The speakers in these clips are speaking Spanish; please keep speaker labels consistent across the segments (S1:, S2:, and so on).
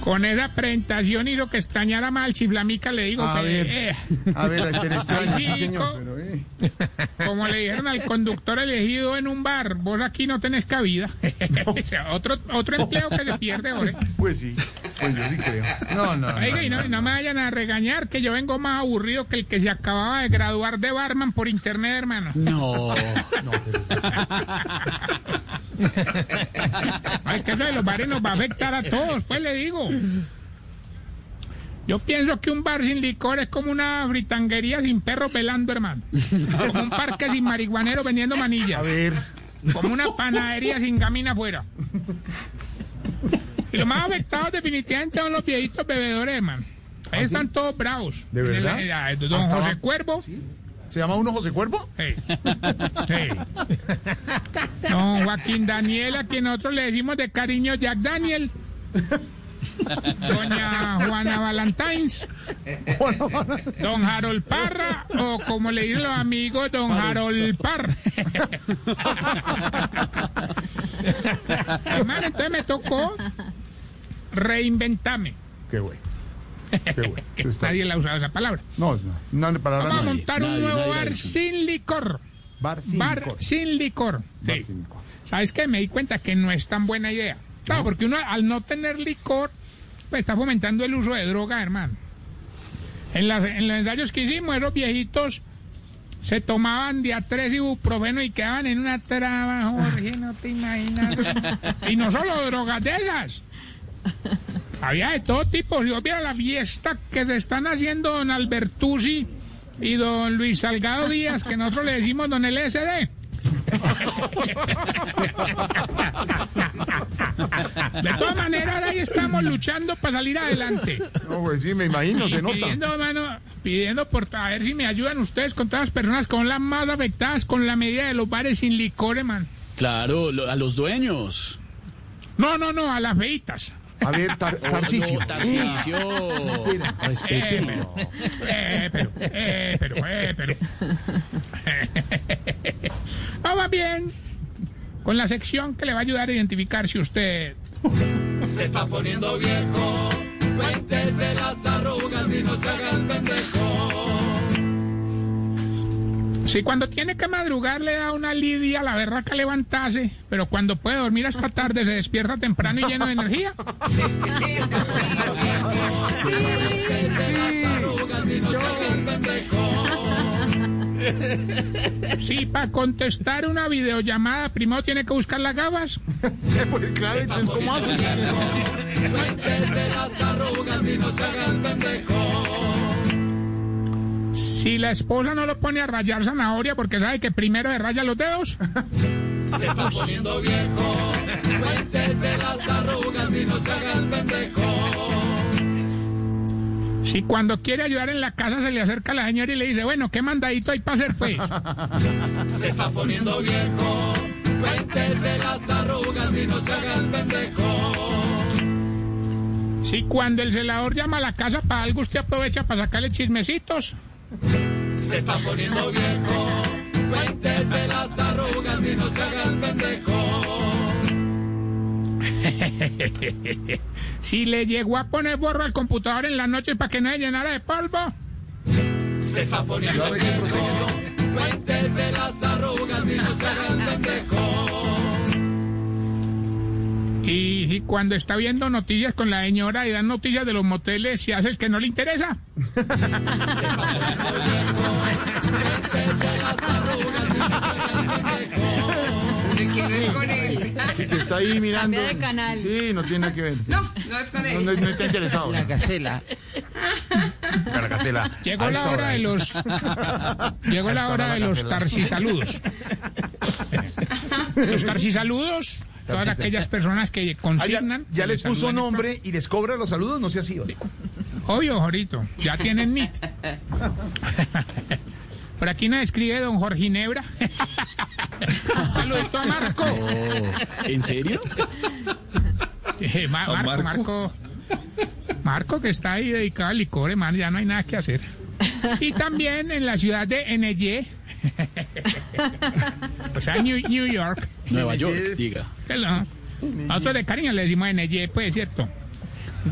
S1: Con esa presentación y lo que extrañara mal, chiflamica, le digo
S2: A
S1: que,
S2: ver.
S1: eh,
S2: A ver, ahí se le extraña,
S1: Ay,
S2: sí, señor.
S1: chico.
S2: Pero, eh.
S1: como le dijeron al conductor elegido en un bar, vos aquí no tenés cabida. O sea, otro, otro empleo que se pierde, Jorge.
S2: Pues sí, pues yo sí creo. No, no. no,
S1: Oiga, y no,
S2: no.
S1: no me vayan a regañar que yo vengo más aburrido que el que se acababa de graduar de barman por internet, hermano.
S2: No, no, pero-
S1: Ay, que eso de los bares nos va a afectar a todos, pues le digo. Yo pienso que un bar sin licor es como una fritanguería sin perros velando, hermano. Como un parque sin marihuaneros vendiendo
S2: A
S1: manillas.
S2: ver,
S1: Como una panadería sin camina afuera. Y los más afectados definitivamente son los viejitos bebedores, hermano. Ahí están todos bravos.
S2: ¿Ah, ¿De verdad? Ah,
S1: En el- en la- don
S2: Hasta
S1: José
S2: abajo.
S1: Cuervo.
S2: ¿se llama uno José Cuervo?
S1: Sí. Sí. Don Joaquín Daniel, a quien nosotros le decimos de cariño Jack Daniel. Doña Juana Valentines. Don Harold Parra, o como le dicen los amigos, Don Harold Parra. Hermano, entonces me tocó reinventarme.
S2: Qué bueno. Qué bueno.
S1: Que
S2: Eso está
S1: nadie
S2: bien.
S1: la ha usado esa palabra.
S2: No, no, no, para
S1: Vamos a
S2: ahora no.
S1: montar un
S3: nadie,
S1: nuevo
S3: nadie la ha
S1: bar
S3: dicho.
S1: sin licor.
S2: Bar sin
S1: bar
S2: licor.
S1: sin licor.
S2: Bar
S1: Sí.
S2: sin licor.
S1: ¿Sabes qué? Me di cuenta que no es tan buena idea. Claro, porque uno al no tener licor, pues está fomentando el uso de droga, hermano. En, las- en los ensayos que hicimos, esos viejitos se tomaban de a tres ibuprofeno y quedaban en una traba, Jorge, no te imaginas. y no solo drogas de esas. Había de todo tipo. Si vos vieras la fiesta que se están haciendo don Albertuzzi y don Luis Salgado Díaz, que nosotros le decimos don LSD. De todas maneras, ahora ahí estamos luchando para salir adelante.
S2: No, pues sí, me imagino, se
S1: Y
S2: nota.
S1: Pidiendo, mano, pidiendo por a ver si me ayudan ustedes con todas las personas que son las más afectadas con la medida de los bares sin licores, man.
S3: Claro, lo- a los dueños.
S1: No, no, no, a las feitas.
S2: A ver, tar, Tarcicio.
S3: No, Tarcisio.
S2: Respétenlo.
S1: Eh, pero, eh, pero, eh, pero. Vamos bien con la sección que le va a ayudar a identificar si usted
S4: Se está poniendo viejo, cuéntese las arrugas y no se haga el pendejo.
S1: Si cuando tiene que madrugar le da una lidia a la berraca levantarse, pero cuando puede dormir hasta tarde se despierta temprano y lleno de energía. Si para contestar una videollamada primero tiene que buscar las gabas.
S2: Pues claro, entonces, ¿cómo hace?
S1: Si la esposa no lo pone a rayar zanahoria porque sabe que primero se raya los dedos.
S4: Se está poniendo viejo, cuéntese las arrugas y no se haga el pendejo.
S1: Si cuando quiere ayudar en la casa se le acerca la señora y le dice, bueno, ¿qué mandadito hay para hacer pues?
S4: Se está poniendo viejo, cuéntese las arrugas y no se haga el pendejo.
S1: Si cuando el celador llama a la casa para algo usted aprovecha para sacarle chismecitos.
S4: Se está poniendo viejo, cuéntese las arrugas y no se haga el pendejo.
S1: Si le llegó a poner borro al computador en la noche para que no se llenara de polvo.
S4: Se está poniendo viejo, cuéntese las arrugas y no se haga el pendejo.
S1: Y si cuando está viendo noticias con la señora y dan noticias de los moteles, si hace el que no le interesa.
S2: Sí, que está ahí mirando.
S5: Cambia de canal.
S2: Sí, no tiene nada que ver. sí.
S6: No, no es con
S2: No,
S6: él.
S2: no, no está interesado. La gacela. Caracatela.
S1: Llegó la hora de los. Llegó
S2: A
S1: la hora
S2: esta hora
S1: de
S2: la
S1: los
S2: capela.
S1: tarsisaludos. Los tarsisaludos, todas
S2: Tarcisal-
S1: aquellas personas que
S2: Ah, ya,
S1: consignan.
S2: ya
S1: que
S2: les puso
S1: saludan.
S2: nombre y les cobra los saludos, no sea así. ¿vale?
S1: Obvio, Jorito, ya tienen NIT. Por aquí nos escribe don Jorge Ginebra. Un Saludito a Marco.
S3: ¿En serio?
S1: Eh, Ma- Marco, Marco. Marco que está ahí dedicado al licor, hermano, ya no hay nada que hacer. Y también en la ciudad de NY, o sea, New, New York.
S3: Nueva York,
S2: Yes.
S3: diga.
S1: que lo- Nosotros de cariño le decimos NY, pues, ¿cierto?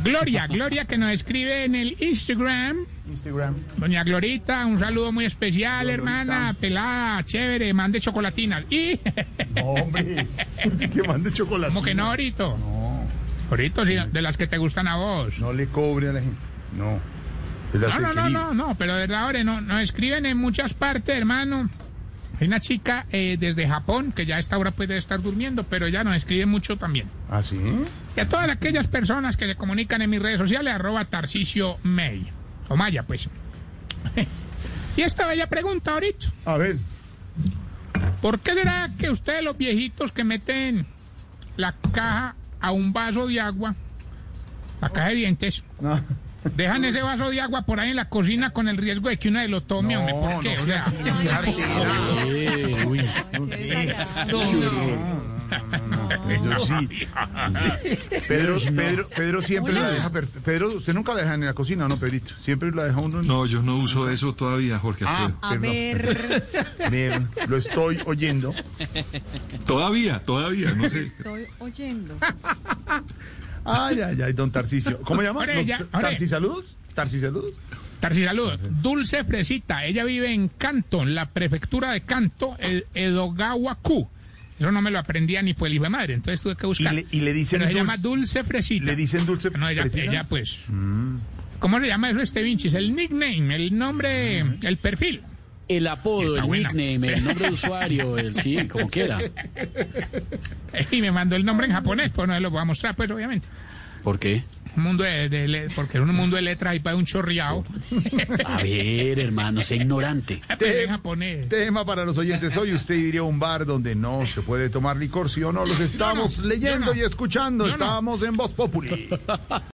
S1: Gloria, Gloria que nos escribe en el Instagram.
S5: Instagram.
S1: Doña Glorita, un saludo muy especial, hermana, pelada, chévere, mande chocolatinas. Y,
S5: No, hombre. que mande chocolate.
S1: como que no, ahorita. Ahorita, sí, de las que te gustan a vos.
S5: No le cobre a la gente. No. Es
S1: No,
S5: la
S1: no, no,
S5: sequería.
S1: no, no, pero de verdad, ahora no, nos escriben en muchas partes, hermano. Hay una chica eh, desde Japón que ya a esta hora puede estar durmiendo, pero ella nos escribe mucho también.
S5: ¿Ah, sí?
S1: Y a todas aquellas personas que se comunican en mis redes sociales, arroba Tarcicio May. O Maya, pues. y esta bella pregunta ahorita.
S5: A ver.
S1: ¿Por qué será que ustedes los viejitos que meten la caja a un vaso de agua, la caja de dientes,
S5: No.
S1: dejan ese vaso de agua por ahí en la cocina con el riesgo de que uno de lo tome? hombre? ¿Por qué? O sea,
S2: Ah,
S3: Eh, uy.
S5: Pedro sí. Pedro, Pedro, Pedro siempre la deja. perfe- Pedro, usted nunca la deja en la cocina, ¿no, Pedrito? Siempre la deja uno en
S6: No, yo no uso eso todavía, Jorge Alfredo.
S7: A ver,
S5: Bien, lo estoy oyendo.
S6: Todavía, todavía, no sé.
S7: estoy oyendo.
S5: Ay, ay, ay, don Tarcicio. ¿Cómo llama?
S1: Ore,
S5: Los
S1: ya,
S5: t-
S1: ore.
S5: ¿Tarcisaludos? ¿Tarcisaludos?
S1: Tarsi, saludos. Dulce Fresita, ella vive en Canton, la prefectura de Canto, el Edogawa-ku. Eso no me lo aprendía ni fue el hijo de madre, entonces tuve que buscar.
S5: Y le- y le dicen
S1: Pero se
S5: dulce-
S1: llama Dulce Fresita.
S5: ¿Le dicen dulce?
S1: No, ella,
S5: fresita? Mm.
S1: ella, pues. ¿Cómo se llama eso este Vinci? Es el nickname, el nombre,
S5: Mm.
S1: el perfil.
S3: El apodo,
S1: Está
S3: el
S1: buena.
S3: nickname, el nombre de usuario, el sí, como quiera.
S1: Y me mandó el nombre en japonés, pues no se lo voy a mostrar, pues obviamente.
S3: ¿Por qué?
S1: Un mundo de, de le- porque es un mundo de letras y para un chorreado.
S3: A ver, hermano, sea ignorante.
S1: Pero en japonés.
S5: Tema para los oyentes. Hoy usted iría a un bar donde no se puede tomar licor, ¿sí o no? Los estamos
S1: yo
S5: leyendo
S1: no.
S5: y escuchando.
S1: Yo no.
S5: estamos en Voz Populi.